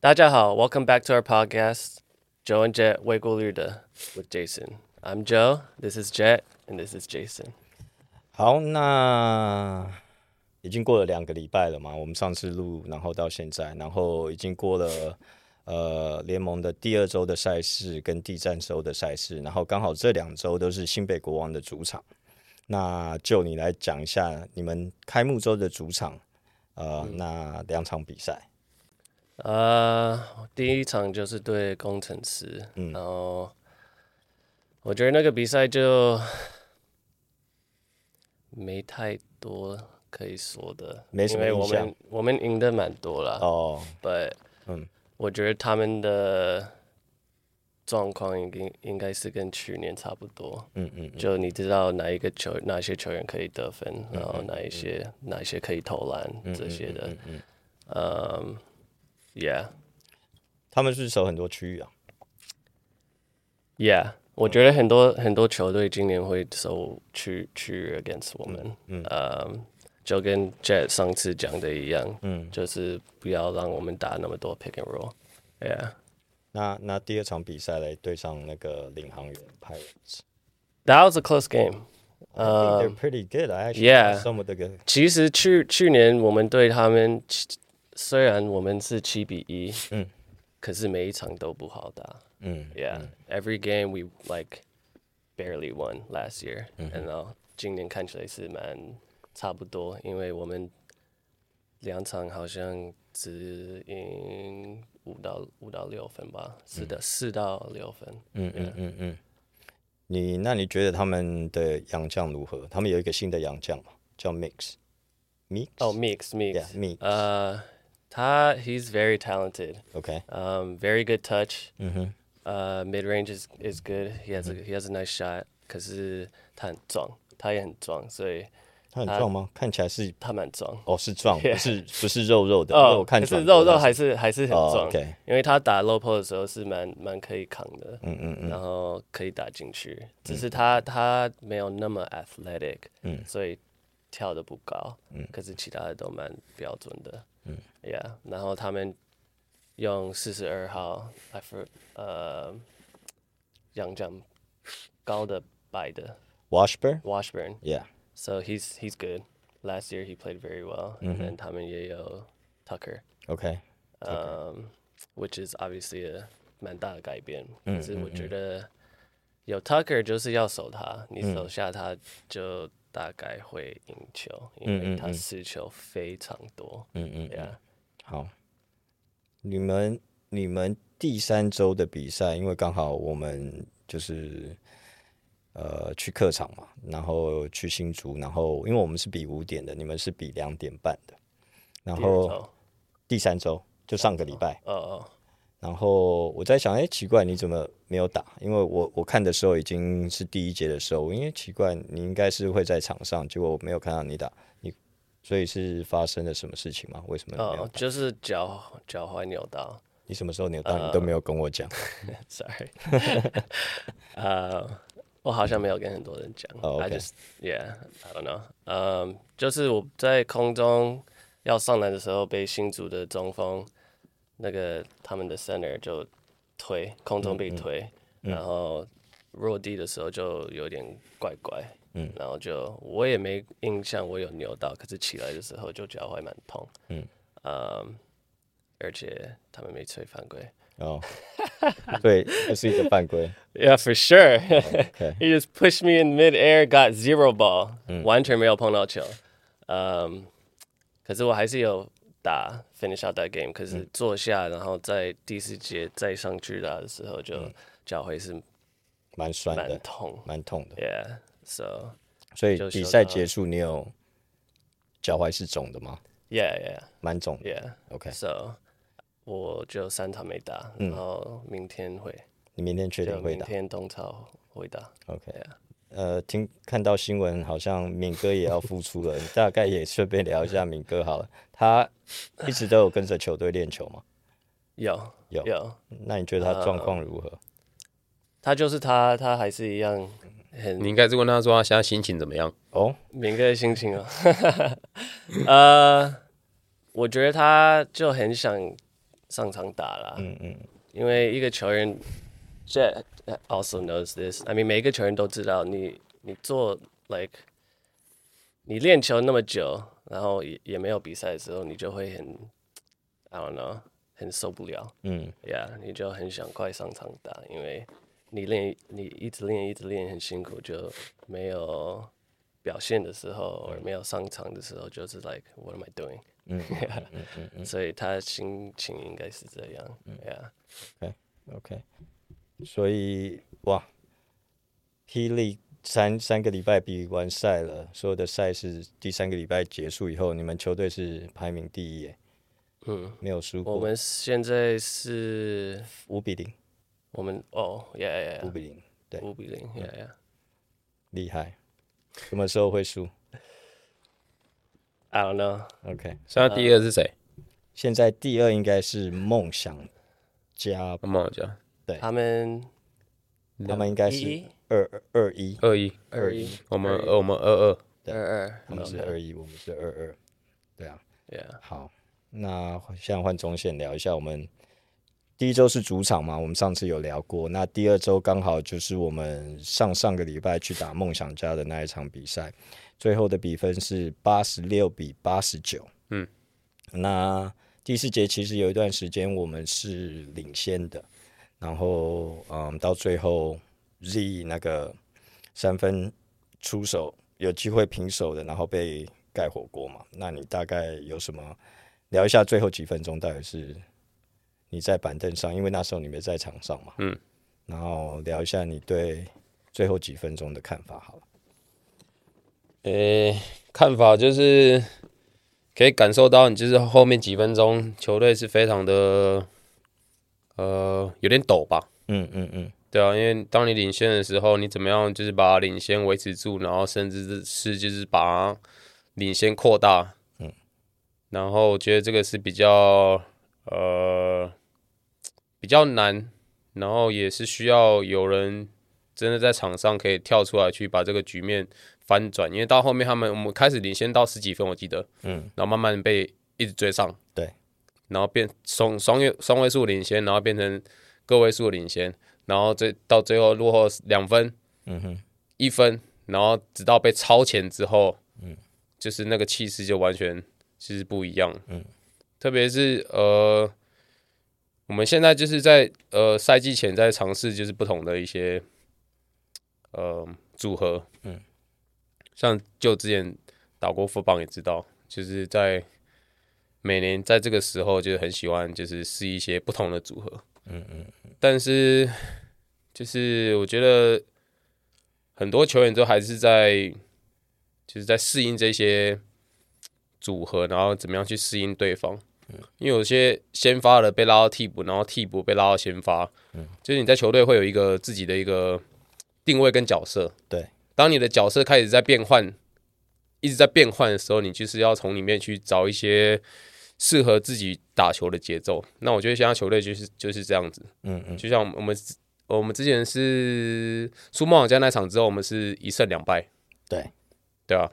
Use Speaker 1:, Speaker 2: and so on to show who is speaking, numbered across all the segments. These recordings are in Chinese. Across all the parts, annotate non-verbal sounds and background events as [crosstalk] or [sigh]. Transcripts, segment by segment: Speaker 1: 大家好，Welcome back to our podcast, Joe and Jet 未过滤的 with Jason. I'm Joe. This is Jet, and this is Jason.
Speaker 2: 好，那已经过了两个礼拜了嘛，我们上次录，然后到现在，然后已经过了呃联盟的第二周的赛事跟第三周的赛事，然后刚好这两周都是新北国王的主场。那就你来讲一下你们开幕周的主场，呃，那两场比赛，
Speaker 1: 呃，Uh, 第一场就是对工程师，然后我觉得那个比赛就没太多可以说的，
Speaker 2: 没什
Speaker 1: 因
Speaker 2: 么
Speaker 1: 为我
Speaker 2: 印象
Speaker 1: 们我们赢的蛮多了，
Speaker 2: 哦，
Speaker 1: but
Speaker 2: 嗯
Speaker 1: 我觉得他们的状况应该应该是跟去年差不多，
Speaker 2: 嗯嗯嗯
Speaker 1: 就你知道哪一个球哪些球员可以得分，然后哪一些、哪一些可以投篮这些的，
Speaker 2: 嗯嗯，
Speaker 1: 嗯，yeah。
Speaker 2: 他们是不是守很多区域啊，
Speaker 1: Yeah，我觉得很多很多球队今年会受区区域 against 我们，嗯，就跟 Jet 上次讲的一样，
Speaker 2: 嗯，
Speaker 1: 就是不要让我们打那么多 pick and roll。Yeah，
Speaker 2: 那那第二场比赛来对上那个领航员 Pirates。
Speaker 1: that was a close game。
Speaker 2: I think they're pretty good. I actually
Speaker 1: yeah.
Speaker 2: like some of the good.
Speaker 1: 其实去去年我们对他们，其虽然我们是七比一，嗯，可是每一场都不好打。
Speaker 2: 嗯
Speaker 1: Yeah, every game we like barely won last year, and now 今年看起来是蛮差不多，因为我们两场好像只赢五到五到六分吧，是的，四到六分。
Speaker 2: 嗯嗯嗯嗯。你那你觉得他们的洋将如何？他们有一个新的洋将嘛，叫 Mix。Mix。
Speaker 1: 哦、m i x Oh, mix，
Speaker 2: Yeah, Mix
Speaker 1: 呃，他 he's very talented,
Speaker 2: OK。
Speaker 1: um, very good touch.
Speaker 2: 嗯哼。
Speaker 1: Uh, mid range is is good. He has a he has a nice shot. uh, 可是他很壮，他也很壮，所以
Speaker 2: 他很壮
Speaker 1: 呃
Speaker 2: 吗？看起来是
Speaker 1: 他蛮壮。
Speaker 2: 哦，
Speaker 1: [laughs]
Speaker 2: 是壮，不是不是肉肉的。因为
Speaker 1: 哦，
Speaker 2: 我看
Speaker 1: 可是
Speaker 2: 转
Speaker 1: 肉
Speaker 2: 播
Speaker 1: 肉
Speaker 2: 他
Speaker 1: 还是还是很
Speaker 2: 哦
Speaker 1: 壮、
Speaker 2: ，OK
Speaker 1: 因为他打 low post 的时候是蛮蛮可以扛的，
Speaker 2: 嗯嗯嗯
Speaker 1: 然后可以打进去，只是他他没有那么 athletic，
Speaker 2: 嗯
Speaker 1: 所以跳的不高，
Speaker 2: 嗯
Speaker 1: 可是其他的都蛮标准的，嗯，yeah，然后他们用四十二号 I for 呃，杨将高的白的
Speaker 2: ，Washburn。
Speaker 1: Washburn，
Speaker 2: Yeah。
Speaker 1: So he's he's good. Last year he played very well,
Speaker 2: 嗯
Speaker 1: and then Tamayayo Tucker,
Speaker 2: OK。
Speaker 1: um, which is obviously a 蛮大的改变。
Speaker 2: 嗯
Speaker 1: 可是我觉得有 Tucker 就是要守他，
Speaker 2: 嗯
Speaker 1: 你守下他就大概会赢球，因为他失球非常多。
Speaker 2: 嗯嗯。
Speaker 1: Yeah，
Speaker 2: 好，你们你们第三周的比赛，因为刚好我们就是呃去客场嘛，然后去新竹，然后因为我们是比五点的，你们是比两点半的，然
Speaker 1: 第二
Speaker 2: 后
Speaker 1: 周
Speaker 2: 第三周就上个礼拜，
Speaker 1: 哦哦，
Speaker 2: 然后我在想，哎、奇怪，你怎么没有打？因为我我看的时候已经是第一节的时候，因为奇怪，你应该是会在场上，结果我没有看到你打，你所以是发生了什么事情吗？为什么没有
Speaker 1: 哦，就是脚脚踝扭到。
Speaker 2: 你什么时候扭
Speaker 1: 呃
Speaker 2: 到？你都没有跟
Speaker 1: [laughs]
Speaker 2: 我讲。
Speaker 1: Sorry. [laughs] uh, 我好像没有跟很多人讲。
Speaker 2: Oh,
Speaker 1: I
Speaker 2: okay.
Speaker 1: just yeah, I don't know. 嗯、就是我在空中要上篮的时候，被新竹的中锋那个他们的 center 就推，空中被推，然后落地的时候就有点怪怪。嗯，然后就我也没印象我有扭到，可是起来的时候就脚踝蛮痛。嗯，而且他们没吹犯规。
Speaker 2: 哦，对，这是一个犯规。
Speaker 1: Yeah, for sure.
Speaker 2: okay.
Speaker 1: [laughs]
Speaker 2: Mm.
Speaker 1: he just pushed me in midair, got zero ball，、完全没有碰到球。嗯、可是我还是有打 finish out that game，可是
Speaker 2: Mm.
Speaker 1: 坐下，然后在第四节再上去打的时候，
Speaker 2: Mm.
Speaker 1: 就脚踝是
Speaker 2: 蛮酸
Speaker 1: 蛮
Speaker 2: 的，
Speaker 1: 痛。
Speaker 2: 蛮痛的。
Speaker 1: Yeah, so
Speaker 2: 所以
Speaker 1: 就
Speaker 2: 比
Speaker 1: 受
Speaker 2: 赛
Speaker 1: 伤
Speaker 2: 结束，你有脚踝是肿的吗？
Speaker 1: yeah, yeah,
Speaker 2: 蛮肿的。
Speaker 1: yeah.
Speaker 2: OK，
Speaker 1: So 我就三场没打，然后明天会，
Speaker 2: 你 Mm. 明天确
Speaker 1: 就
Speaker 2: 定会
Speaker 1: 明
Speaker 2: 打
Speaker 1: 天东超会打。
Speaker 2: ？OK
Speaker 1: Yeah。
Speaker 2: 呃，听看到新闻，好像敏哥也要复出了，你 [laughs] 大概也顺便聊
Speaker 1: [laughs]
Speaker 2: 一下敏哥好了。他一直都有跟着球队练球嘛？
Speaker 1: 有
Speaker 2: 有
Speaker 1: 有，呃
Speaker 2: 那你觉得他状况如何？
Speaker 1: 他就是他，他还是一样很
Speaker 3: 你应该是问他说他现在心情怎么样？
Speaker 2: 哦，
Speaker 1: 明哥的心情 [laughs] 哦，呃，我觉得他就很想上场打了。嗯嗯，因为一个球员，Jet also knows this. I mean，每一个球员都知道你，你做 like 你练球那么久，然后也也没有比赛的时候，你就会很 I don't know，很受不了。
Speaker 2: 嗯
Speaker 1: ，Yeah，你就很想快上场打，因为你练你一直练一直练很辛苦，就没有表现的时候，或者没有上场的时候，就是 like what am I doing？ [laughs]
Speaker 2: 嗯嗯
Speaker 1: 所以他心情应该是这样，Yeah，
Speaker 2: ，OK，所以哇，霹雳三三个礼拜比完赛了，所有的赛事第三个礼拜结束以后，你们球队是排名第一耶，
Speaker 1: 嗯，
Speaker 2: 没有输
Speaker 1: 我
Speaker 2: 过，
Speaker 1: 们现在是
Speaker 2: 五比零，
Speaker 1: 我们哦，Yeah
Speaker 2: 五
Speaker 1: Yeah，
Speaker 2: 比零，对，
Speaker 1: 五比零，Yeah
Speaker 2: 嗯
Speaker 1: Yeah。
Speaker 2: 厉害。什么时候会输
Speaker 1: I don't know，
Speaker 2: ？OK，
Speaker 3: 现在第二是谁？
Speaker 2: 现在第二应该是梦想家，
Speaker 1: 呃
Speaker 3: 我忘了讲，
Speaker 1: 他们
Speaker 2: 他们应该是
Speaker 1: 一
Speaker 2: 二二二一，
Speaker 3: 二一，
Speaker 1: 二一
Speaker 3: 我们呃我们二二，
Speaker 1: 二二，
Speaker 2: 他们是二一，我们是二二，对啊。
Speaker 1: Yeah，
Speaker 2: 好，那现在换中线聊一下我们第一周是主场嘛，我们上次有聊过。那第二周刚好就是我们上上个礼拜去打梦想家的那一场比赛，最后的比分是八十六比八十九。
Speaker 3: 嗯，
Speaker 2: 那第四节其实有一段时间我们是领先的，然后嗯，到最后 Z 那个三分出手有机会平手的，然后被盖火锅嘛。那你大概有什么聊一下最后几分钟到底是你在板凳上，因为那时候你没在场上嘛。
Speaker 3: 嗯。
Speaker 2: 然后聊一下你对最后几分钟的看法好了。
Speaker 3: 诶、看法就是可以感受到，你就是后面几分钟球队是非常的，呃，有点抖吧。
Speaker 2: 嗯嗯嗯
Speaker 3: 对啊，因为当你领先的时候，你怎么样就是把领先维持住，然后甚至是就是把领先扩大。嗯，然后我觉得这个是比较呃比较难，然后也是需要有人真的在场上可以跳出来去把这个局面翻转，因为到后面他们我们开始领先到十几分，我记得，
Speaker 2: 嗯，
Speaker 3: 然后慢慢被一直追上，
Speaker 2: 对，
Speaker 3: 然后变双双月双位数领先，然后变成个位数领先，然后最到最后落后两分，
Speaker 2: 嗯哼，
Speaker 3: 一分，然后直到被超前之后，嗯，就是那个气势就完全就是不一样，嗯，特别是呃，我们现在就是在呃赛季前在尝试就是不同的一些呃组合，嗯，像就之前打过副棒也知道，就是在每年在这个时候就是很喜欢就是试一些不同的组合，嗯嗯，但是就是我觉得。很多球员都还是在就是在适应这些组合，然后怎么样去适应对方。因为有些先发的被拉到替补，然后替补被拉到先发，就是你在球队会有一个自己的一个定位跟角色。
Speaker 2: 对，
Speaker 3: 当你的角色开始在变换，一直在变换的时候，你就是要从里面去找一些适合自己打球的节奏。那我觉得现在球队就是就是这样子，
Speaker 2: 嗯嗯
Speaker 3: 就像我们我们之前是苏梦想家那场之后，我们是一胜两败，
Speaker 2: 对，
Speaker 3: 对啊，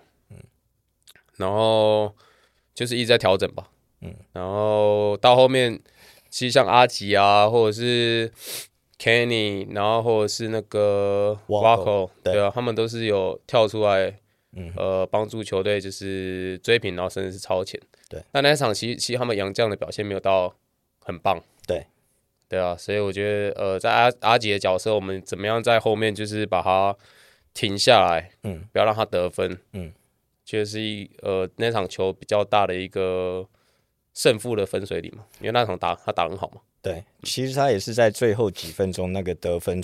Speaker 3: 然后就是一直在调整吧，嗯，然后到后面其实像阿吉啊，或者是 Kenny，然后或者是那个
Speaker 2: Waco，
Speaker 3: Waco，
Speaker 2: 对
Speaker 3: 对啊，他们都是有跳出来
Speaker 2: 嗯。
Speaker 3: 呃，帮助球队就是追平，然后甚至是超前。
Speaker 2: 对，
Speaker 3: 那那一场其实其实他们杨将的表现没有到很棒。
Speaker 2: 对，
Speaker 3: 对啊，所以我觉得，呃，在阿阿杰的角色，我们怎么样在后面就是把他停下来，
Speaker 2: 嗯，
Speaker 3: 不要让他得分，
Speaker 2: 嗯，
Speaker 3: 就是一呃那场球比较大的一个胜负的分水岭嘛，因为那场打他打得很好嘛，
Speaker 2: 对，其实他也是在最后几分钟那个得分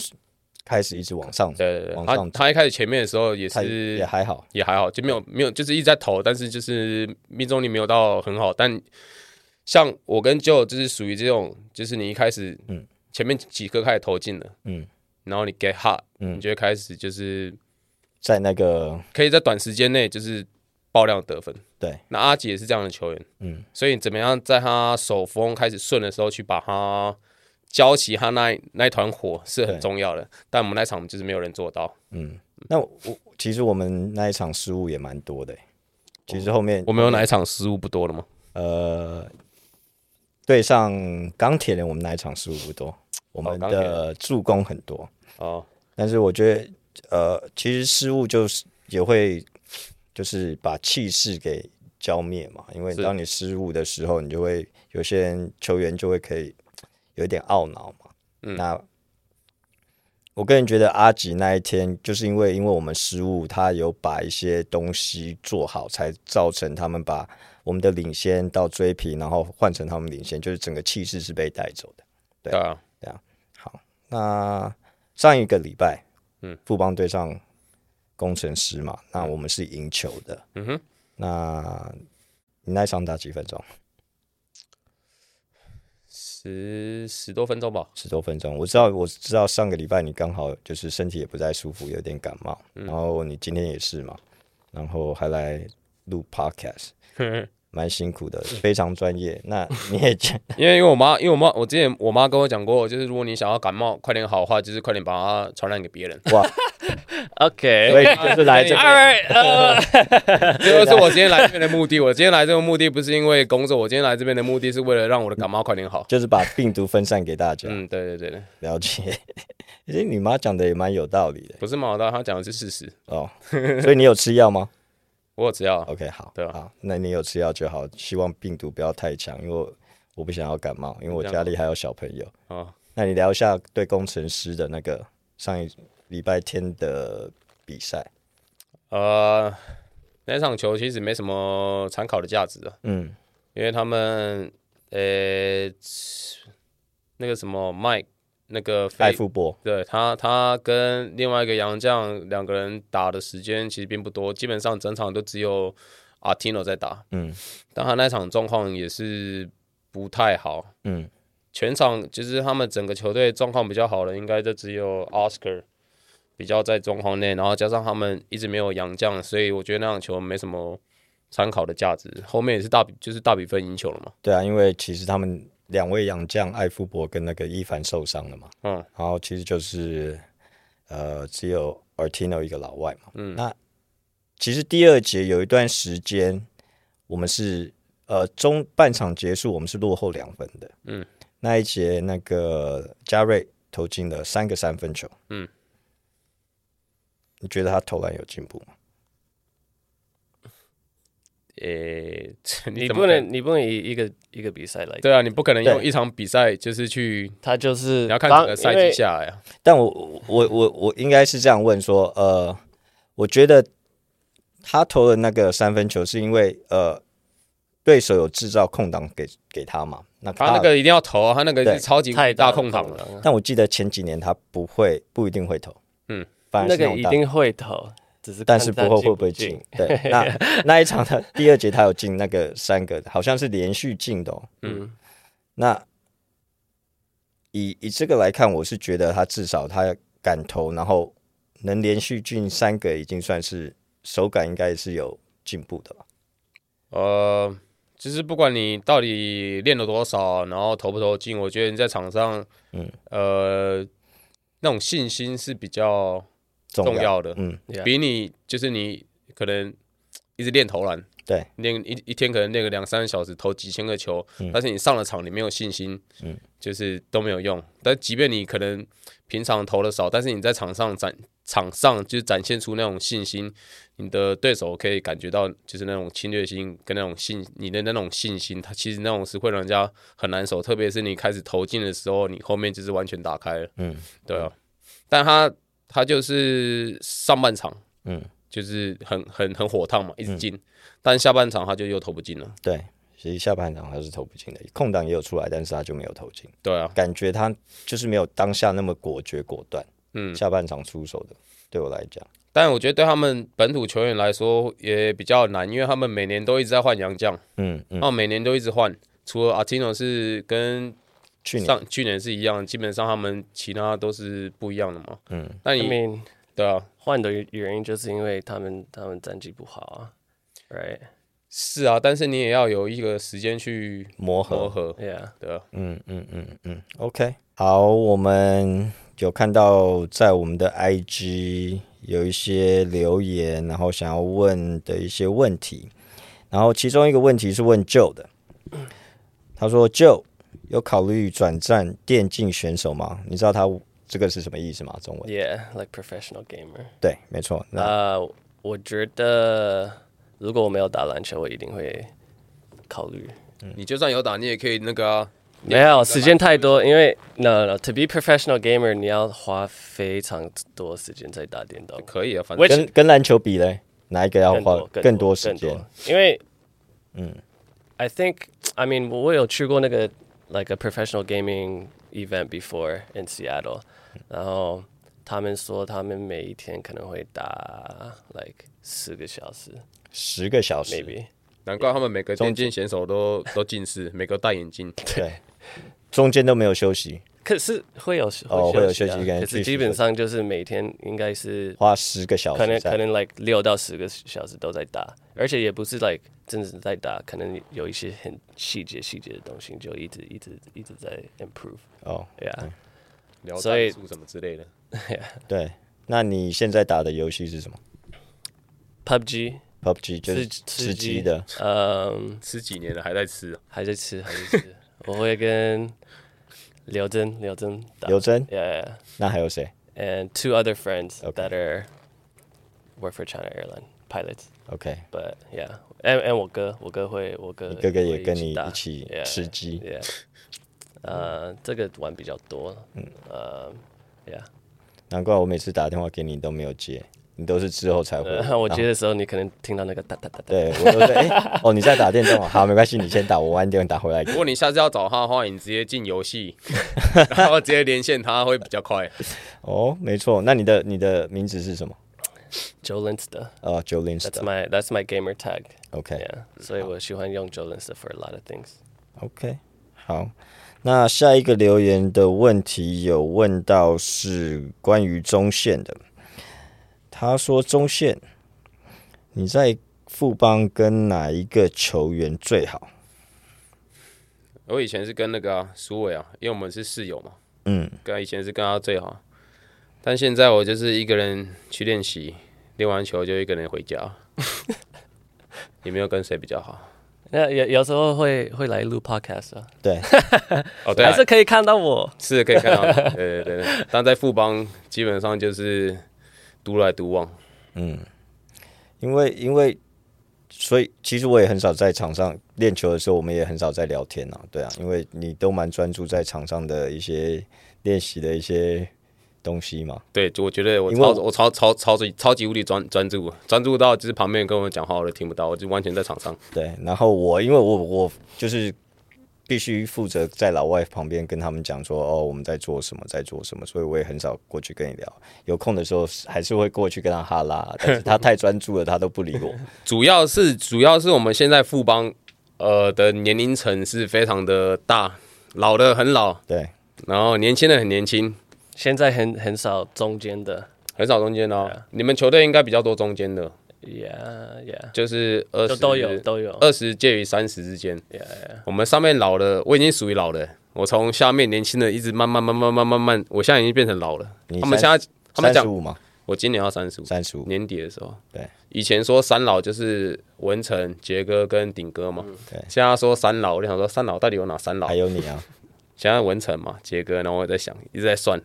Speaker 2: 开始一直往上，
Speaker 3: 对对对，
Speaker 2: 往
Speaker 3: 他
Speaker 2: 上
Speaker 3: 他一开始前面的时候也
Speaker 2: 他
Speaker 3: 是
Speaker 2: 也还好，
Speaker 3: 也还好，就没有没有，就是一直在投，但是就是命中率没有到很好。但像我跟 Joe 就是属于这种，就是你一开始，
Speaker 2: 嗯
Speaker 3: 前面几颗开始投进了，
Speaker 2: 嗯，
Speaker 3: 然后你 get hot，
Speaker 2: 嗯
Speaker 3: 你就会开始就是
Speaker 2: 在那个
Speaker 3: 可以在短时间内就是爆量得分。
Speaker 2: 对，
Speaker 3: 那阿吉也是这样的球员，
Speaker 2: 嗯，
Speaker 3: 所以怎么样在他手风开始顺的时候去把他浇熄他那一那一团火是很
Speaker 2: 对
Speaker 3: 重要的。但我们那场就是没有人做到，
Speaker 2: 嗯，那我我其实我们那一场失误也蛮多的欸，其实后面
Speaker 3: 我们有哪一场失误不多了吗？
Speaker 2: 呃对上钢铁人，我们那一场失误不多，我们
Speaker 3: 哦钢铁人
Speaker 2: 的助攻很多，
Speaker 3: 哦，
Speaker 2: 但是我觉得，呃，其实失误就是也会就是把气势给浇灭嘛，因为
Speaker 3: 是
Speaker 2: 当你失误的时候，你就会有些人球员就会可以有一点懊恼嘛。
Speaker 3: 嗯
Speaker 2: 那我个人觉得阿吉那一天就是因为因为我们失误，他有把一些东西做好，才造成他们把我们的领先到追平，然后换成他们领先，就是整个气势是被带走的。
Speaker 3: 对啊，
Speaker 2: 好，那上一个礼拜，
Speaker 3: 嗯
Speaker 2: 嗯，富邦对上工程师嘛，那我们是赢球的。
Speaker 3: 嗯哼，
Speaker 2: 那你那一场打几分钟？
Speaker 3: 十十多分钟吧，
Speaker 2: 十多分钟。我知道，我知道上个礼拜你刚好就是身体也不太舒服，有点感冒，
Speaker 3: 嗯
Speaker 2: 然后你今天也是嘛，然后还来录
Speaker 3: [laughs]
Speaker 2: podcast，蛮辛苦
Speaker 3: 嗯
Speaker 2: 的，非常专业。那你也讲，
Speaker 3: 因为因为我妈，因为我妈，我之前我妈跟我讲过，就是如果你想要感冒快点好的话，就是快点把它传染给别
Speaker 2: [laughs]
Speaker 3: 人。 [laughs]
Speaker 2: 哇，
Speaker 3: 哎
Speaker 1: OK，
Speaker 2: 所以就是来这
Speaker 1: All right，呃，
Speaker 3: 这就是我今天来这边的目的。我今天来这个目的不是因为工作，我今天来这边的目的是为了让我的感冒快点好。
Speaker 2: 就是把病毒分散给大家，
Speaker 3: 嗯，对对对对，
Speaker 2: 了解。 [laughs] 其实你妈讲的也蛮有道理的
Speaker 3: 不是毛大，他讲的是事实。
Speaker 2: 哦，所以你有吃药
Speaker 3: [laughs]
Speaker 2: 吗？哦
Speaker 3: 我有只要
Speaker 2: OK，好，
Speaker 3: 对啊
Speaker 2: 好，那你有吃药就好，希望病毒不要太强，因为我我不想要感冒，因为我家里还有小朋友。
Speaker 3: 哦，
Speaker 2: 那你聊一下对工程师的那个上一礼拜天的比赛，
Speaker 3: 呃，那场球其实没什么参考的价值啊，
Speaker 2: 嗯，
Speaker 3: 因为他们呃那个什么 Mike 那个
Speaker 2: 艾
Speaker 3: 菲
Speaker 2: 富波，
Speaker 3: 对他，他跟另外一个洋将两个人打的时间其实并不多，基本上整场都只有阿 t i n o 在打。
Speaker 2: 嗯
Speaker 3: 但他那场状况也是不太好，
Speaker 2: 嗯
Speaker 3: 全场就是他们整个球队状况比较好的，应该就只有 Oscar 比较在状况内，然后加上他们一直没有洋将，所以我觉得那场球没什么参考的价值。后面也是大比，就是大比分赢球了嘛。
Speaker 2: 对啊，因为其实他们两位洋将艾富博跟那个伊凡受伤了嘛，
Speaker 3: 嗯，
Speaker 2: 然后其实就是呃只有 Artino 一个老外嘛，嗯，那其实第二节有一段时间我们是呃中半场结束我们是落后两分的，嗯，那一节那个加瑞投进了三个三分球，
Speaker 3: 嗯，
Speaker 2: 你觉得他投篮有进步吗？
Speaker 3: 诶、 [laughs]
Speaker 1: 你
Speaker 3: 怎
Speaker 1: 不
Speaker 3: 么可
Speaker 1: 能，你不能以一个一个比赛来，
Speaker 3: 对啊，你不可能用
Speaker 2: 对
Speaker 3: 一场比赛就是去
Speaker 1: 他就是
Speaker 3: 你要看
Speaker 1: 帮
Speaker 3: 整个赛
Speaker 1: 因为
Speaker 3: 季下来啊，
Speaker 2: 但我我我我应该是这样问说，呃，我觉得他投的那个三分球是因为呃对手有制造空档给给他嘛，那
Speaker 3: 他那个一定要投啊，他那个
Speaker 2: 对
Speaker 3: 是超级
Speaker 1: 太
Speaker 3: 大
Speaker 1: 了
Speaker 3: 空档了。啊
Speaker 1: 了，
Speaker 2: 但我记得前几年他不会不一定会投，
Speaker 3: 嗯，
Speaker 2: 反而
Speaker 1: 那
Speaker 2: 是
Speaker 1: 个
Speaker 2: 种
Speaker 1: 一
Speaker 2: 大
Speaker 1: 定会投，只是
Speaker 2: 但
Speaker 1: 看
Speaker 2: 是不
Speaker 1: 他
Speaker 2: 会
Speaker 1: 进
Speaker 2: 会不会
Speaker 1: 进
Speaker 2: 进。对，
Speaker 3: [laughs]
Speaker 2: 那那一场他第二节他有进那个三个，好像是连续进的、哦。
Speaker 3: 嗯，
Speaker 2: 那以以这个来看，我是觉得他至少他敢投，然后能连续进三个，已经算是手感应该是有进步的吧。
Speaker 3: 呃，就是不管你到底练了多少，然后投不投进，我觉得你在场上，
Speaker 2: 嗯，
Speaker 3: 呃，那种信心是比较
Speaker 2: 重
Speaker 3: 重要的，
Speaker 2: 嗯，
Speaker 1: Yeah
Speaker 3: 比你就是你可能一直练投篮，
Speaker 2: 对，
Speaker 3: 练一一天可能练个两三个小时，投几千个球，但是你上了场你没有信心，
Speaker 2: 嗯，
Speaker 3: 就是都没有用。但即便你可能平常投的少，但是你在场上展场上就是展现出那种信心，你的对手可以感觉到就是那种侵略性跟那种信你的那种信心，它其实那种是会让人家很难守，特别是你开始投进的时候，你后面就是完全打开了，
Speaker 2: 嗯，
Speaker 3: 对啊。但他他就是上半场，
Speaker 2: 嗯，
Speaker 3: 就是很很很火烫嘛，一直进，但下半场他就又投不进了，
Speaker 2: 对。其实下半场他是投不进的，空档也有出来，但是他就没有投进，
Speaker 3: 对啊，
Speaker 2: 感觉他就是没有当下那么果决果断。
Speaker 3: 嗯，
Speaker 2: 下半场出手的，对我来讲，
Speaker 3: 但我觉得对他们本土球员来说也比较难，因为他们每年都一直在换洋将，
Speaker 2: 嗯嗯，
Speaker 3: 他们每年都一直换，除了阿提诺是跟
Speaker 2: 去年
Speaker 3: 上去年是一样，基本上他们其他都是不一样的嘛。
Speaker 2: 嗯，
Speaker 3: 那
Speaker 1: I
Speaker 3: 你
Speaker 1: mean，
Speaker 3: 对啊，
Speaker 1: 换的原因就是因为他们他们战绩不好啊，right？
Speaker 3: 是啊，但是你也要有一个时间去
Speaker 2: 磨合
Speaker 3: 磨合，
Speaker 1: Yeah，
Speaker 3: 对啊，
Speaker 2: 嗯嗯嗯嗯，OK，好，我们有看到在我们的 IG 有一些留言，然后想要问的一些问题，然后其中一个问题是问 Joe 的，他说 Joe，有考虑转战电竞选手吗？你知道他这个是什么意思吗？中文
Speaker 1: Yeah, like professional gamer.
Speaker 2: 对，没错。那、
Speaker 1: 呃，我觉得如果我没有打篮球，我一定会考虑。
Speaker 3: 你就算有打，你也可以那个啊。
Speaker 1: 没有时间太多，因为 no no to be professional gamer，你要花非常多时间在打电动，
Speaker 3: 可以啊，反
Speaker 1: 喂
Speaker 3: 正
Speaker 2: 跟跟篮球比嘞，哪一个要
Speaker 1: 更
Speaker 2: 花
Speaker 1: 多
Speaker 2: 更
Speaker 1: 多
Speaker 2: 多时间？，
Speaker 1: 因为嗯，I think I mean 我有去过那个 like a professional gaming event before in Seattle，然后他们说他们每一天可能会打 like 四个小时
Speaker 2: 十个小时
Speaker 1: ，maybe。
Speaker 3: 难怪他们每个电竞选手都都近视，每个戴眼镜。
Speaker 2: 对，中间都没有休息，
Speaker 1: 可是会有
Speaker 2: 哦会有休息
Speaker 1: 啊
Speaker 2: 感
Speaker 1: 可
Speaker 2: 去
Speaker 1: 是
Speaker 2: 洗
Speaker 1: 基本上就是每天应该是
Speaker 2: 花十个小
Speaker 1: 可能
Speaker 2: 时
Speaker 1: 可
Speaker 2: 在
Speaker 1: 能 like 六到十个小时都在打，而且也不是 like 真的是在打，可能有一些很细节细节的东西就一直一直一直在 improve，
Speaker 2: [laughs] 哦，
Speaker 1: 对啊，
Speaker 3: 聊
Speaker 1: 所以
Speaker 3: 战术什么之类的。
Speaker 1: [laughs]
Speaker 2: 对。那你现在打的游戏是什么
Speaker 1: PUBG
Speaker 2: ？PUBG 就是
Speaker 1: 吃
Speaker 2: 吃
Speaker 1: 吃鸡
Speaker 2: 鸡的，
Speaker 1: 嗯
Speaker 3: 吃几年了还在吃啊，
Speaker 1: 还在吃还在吃， [laughs] 我会跟刘真刘真打
Speaker 2: 刘真，
Speaker 1: yeah, yeah.
Speaker 2: 那还有谁？
Speaker 1: and two other friends
Speaker 2: Okay.
Speaker 1: that are work for China Airline pilots。
Speaker 2: OK，
Speaker 1: But yeah, and and 我哥，我哥会，我哥
Speaker 2: 你哥哥也跟你
Speaker 1: 打
Speaker 2: 一起
Speaker 1: yeah,
Speaker 2: 吃鸡
Speaker 1: Yeah，呃，这个玩比较多，嗯，呃，Yeah，
Speaker 2: 难怪我每次打电话给你都没有接，你都是之后才回。
Speaker 1: 呃 [laughs] 我
Speaker 2: 然后
Speaker 1: 接的时候你可能听到那个哒哒哒哒，
Speaker 2: 哦对我都是哎、哦，你在打电动啊？好，没关系，你先打，我晚点打回来给
Speaker 3: 如
Speaker 2: 你。
Speaker 3: 果你下次要找他的话，你直接进
Speaker 1: [laughs]
Speaker 3: 游戏，然后直接连线他会比较快。
Speaker 2: 哦，没错，那你的你的名字是什么？
Speaker 1: ，Joe Linz 的
Speaker 2: 呃，Jolin s t
Speaker 1: ，That's
Speaker 2: a
Speaker 1: my that's my gamer tag。
Speaker 2: OK
Speaker 1: Yeah，所以我喜欢用 Joe Linz 的 for a lot of things。
Speaker 2: OK，好，那下一个留言的问题有问到是关于中线的，他说中线，你在富邦跟哪一个球员最好？
Speaker 3: 我以前是跟那个啊苏伟啊，因为我们是室友嘛，
Speaker 2: 嗯，
Speaker 3: 跟他以前是跟他最好，但现在我就是一个人去练习，练完球就一个人回
Speaker 1: [laughs]
Speaker 3: 家，也没有跟谁比较好。
Speaker 1: 那有有时候会会来录 podcast 啊，
Speaker 2: 对，
Speaker 3: 哦，对、
Speaker 1: 还
Speaker 3: 啊，
Speaker 1: 是可以看到我。
Speaker 3: 是可以
Speaker 1: [laughs]
Speaker 3: 看到的，对对对对。但在富邦基本上就是独来独往，
Speaker 2: 因为因为所以其实我也很少在场上练球的时候，我们也很少在聊天啊，对啊，因为你都蛮专注在场上的一些练习的一些东西嘛，
Speaker 3: 对，就我觉得我
Speaker 2: 因为
Speaker 3: 超
Speaker 2: 我
Speaker 3: 我超超超级超级无敌专专注，专注到就是旁边人跟我讲话我都听不到，我就完全在场上。
Speaker 2: 对，然后我因为我我就是必须负责在老外旁边跟他们讲说，哦，我们在做什么，在做什么，所以我也很少过去跟你聊。有空的时候还是会过去跟他哈拉，但是他太专注了，他都不理
Speaker 3: [laughs]
Speaker 2: 我。
Speaker 3: 主要是主要是我们现在富邦呃的年龄层是非常的大，老的很老，
Speaker 2: 对，
Speaker 3: 然后年轻的很年轻，
Speaker 1: 现在很很少中间的
Speaker 3: 很少中间的哦。
Speaker 2: 啊
Speaker 3: 你们球队应该比较多中间的，
Speaker 1: ，Yeah Yeah，
Speaker 3: 就是二
Speaker 1: 都
Speaker 3: 十
Speaker 1: 都有都
Speaker 2: 呃
Speaker 1: 有
Speaker 3: 二十介于三十之间。我们上面老了，我已经属于老了。我从下面年轻的一直慢慢慢慢慢慢慢慢，我现在已经变成老了。
Speaker 2: 你
Speaker 3: 他们现
Speaker 2: 三
Speaker 3: 在 [laughs] 他们
Speaker 2: 三十
Speaker 3: 讲，
Speaker 2: 五嘛，
Speaker 3: 我今年要三十五，
Speaker 2: 三十五，
Speaker 3: 年底的时候。
Speaker 2: 对，
Speaker 3: 以前说三老就是文成、杰哥跟顶哥嘛。
Speaker 2: 嗯对
Speaker 3: 现在说三老，我就想说三老到底有哪三老
Speaker 2: 还？有你啊，
Speaker 3: 现在文成嘛，杰哥，然后我在想，一直在算。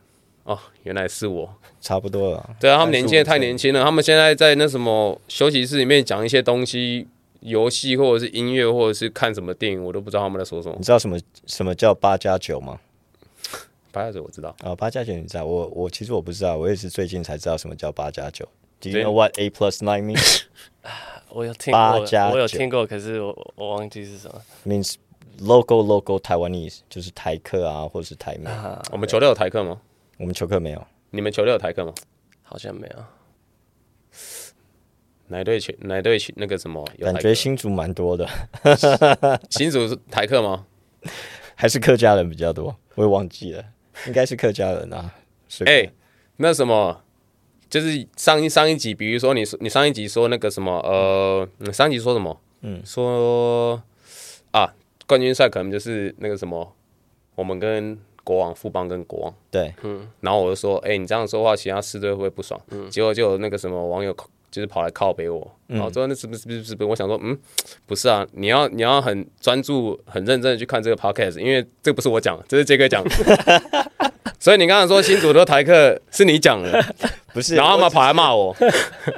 Speaker 3: 哦，原来是我。
Speaker 2: [laughs] 差不多了。
Speaker 3: 对啊，他们年轻的
Speaker 2: 35
Speaker 3: 太年轻了。他们现在在那什么休息室里面讲一些东西，游戏或者是音乐，或者是看什么电影，我都不知道他们在说什么
Speaker 2: 你。知道什么什么叫八加九吗？
Speaker 3: 白小嘴我知道，
Speaker 2: 啊、八加九你知道？我我其实我不知道，我也是最近才知道什么叫八加九。Do you
Speaker 3: 对
Speaker 2: know what a plus nine means?
Speaker 1: 我有听
Speaker 2: 八
Speaker 1: 过，
Speaker 2: 加
Speaker 1: 我有
Speaker 2: 九
Speaker 1: 听过，可是我我忘记是什么。
Speaker 2: means local local Taiwanese，就是台客啊，或者是台妹。
Speaker 3: 我们球队有台客吗？
Speaker 2: 我们球课没有。
Speaker 3: 你们球队有台客吗？
Speaker 1: 好像没有。
Speaker 3: 哪一队球？哪一队球？那个什么？有台
Speaker 2: 感
Speaker 3: 客
Speaker 2: 觉新竹蛮多的，
Speaker 3: [laughs]
Speaker 2: [laughs]
Speaker 3: 新组是台客吗？
Speaker 2: 还是客家人比较多，我也忘记了，应该是客家人啊。随
Speaker 3: 哎、
Speaker 2: 便
Speaker 3: 那什么，就是上一上一集，比如说你说你上一集说那个什么，呃，你上一集说什么？嗯，说啊，冠军赛可能就是那个什么，我们跟国王、富邦跟国王。
Speaker 2: 对，
Speaker 3: 然后我就说，哎、你这样说话，其他四队会不会不爽？结果就有那个什么网友就是跑来靠北我，然后说那是不是不是不是，我想说嗯，不是啊，你要你要很专注、很认真的去看这个 podcast，因为这不是我讲，这是杰哥讲。所以你刚才说新主的台客是你讲的，
Speaker 2: 不是，
Speaker 3: 然后他
Speaker 2: 我
Speaker 3: 们跑来骂我，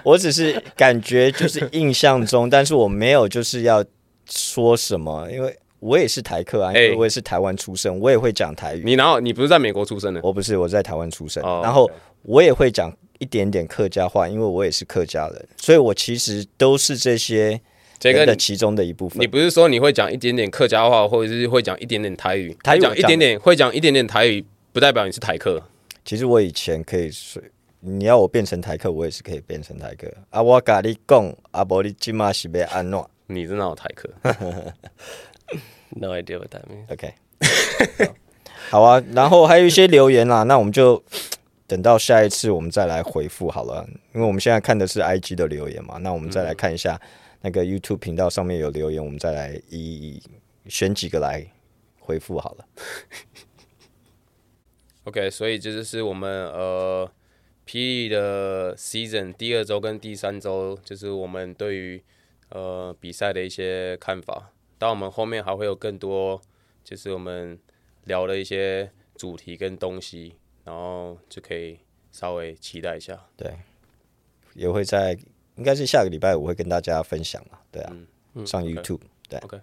Speaker 2: 我只是感觉就是印象中，但是我没有就是要说什么，因为我也是台客啊，因为
Speaker 3: 哎
Speaker 2: 我也是台湾出生，我也会讲台语。
Speaker 3: 你然后你不是在美国出生的，
Speaker 2: 我不是我在台湾出生，
Speaker 3: 哦
Speaker 2: 然后
Speaker 3: OK
Speaker 2: 我也会讲一点点客家话，因为我也是客家人，所以我其实都是这些
Speaker 3: 杰哥
Speaker 2: 人的
Speaker 3: 你
Speaker 2: 其中的一部
Speaker 3: 你
Speaker 2: 分。
Speaker 3: 不是说你会讲一点点客家话，或者是会讲一点点台语，
Speaker 2: 台语
Speaker 3: 会
Speaker 2: 我
Speaker 3: 讲一
Speaker 2: 讲
Speaker 3: 点点会讲一点点台语，不代表你是台客。
Speaker 2: 其实我以前可以说，你要我变成台客，我也是可以变成台客。啊，我咖你讲，啊，伯你今嘛是被安诺
Speaker 3: 你真的好台客，
Speaker 1: No idea what that means。
Speaker 2: ，OK 好。好啊，然后还有一些留言啦， [laughs] 那我们就等到下一次我们再来回复好了，因为我们现在看的是 IG 的留言嘛，那我们再来看一下那个 YouTube 频道上面有留言，我们再来一一选几个来回复好了。
Speaker 3: OK，所以这就是我们呃霹雳的 season 第二周跟第三周，就是我们对于呃比赛的一些看法。但我们后面还会有更多，就是我们聊的一些主题跟东西，然后就可以稍微期待一下。
Speaker 2: 对，也会在应该是下个礼拜我会跟大家分享嘛，对啊，上 YouTube，对
Speaker 3: OK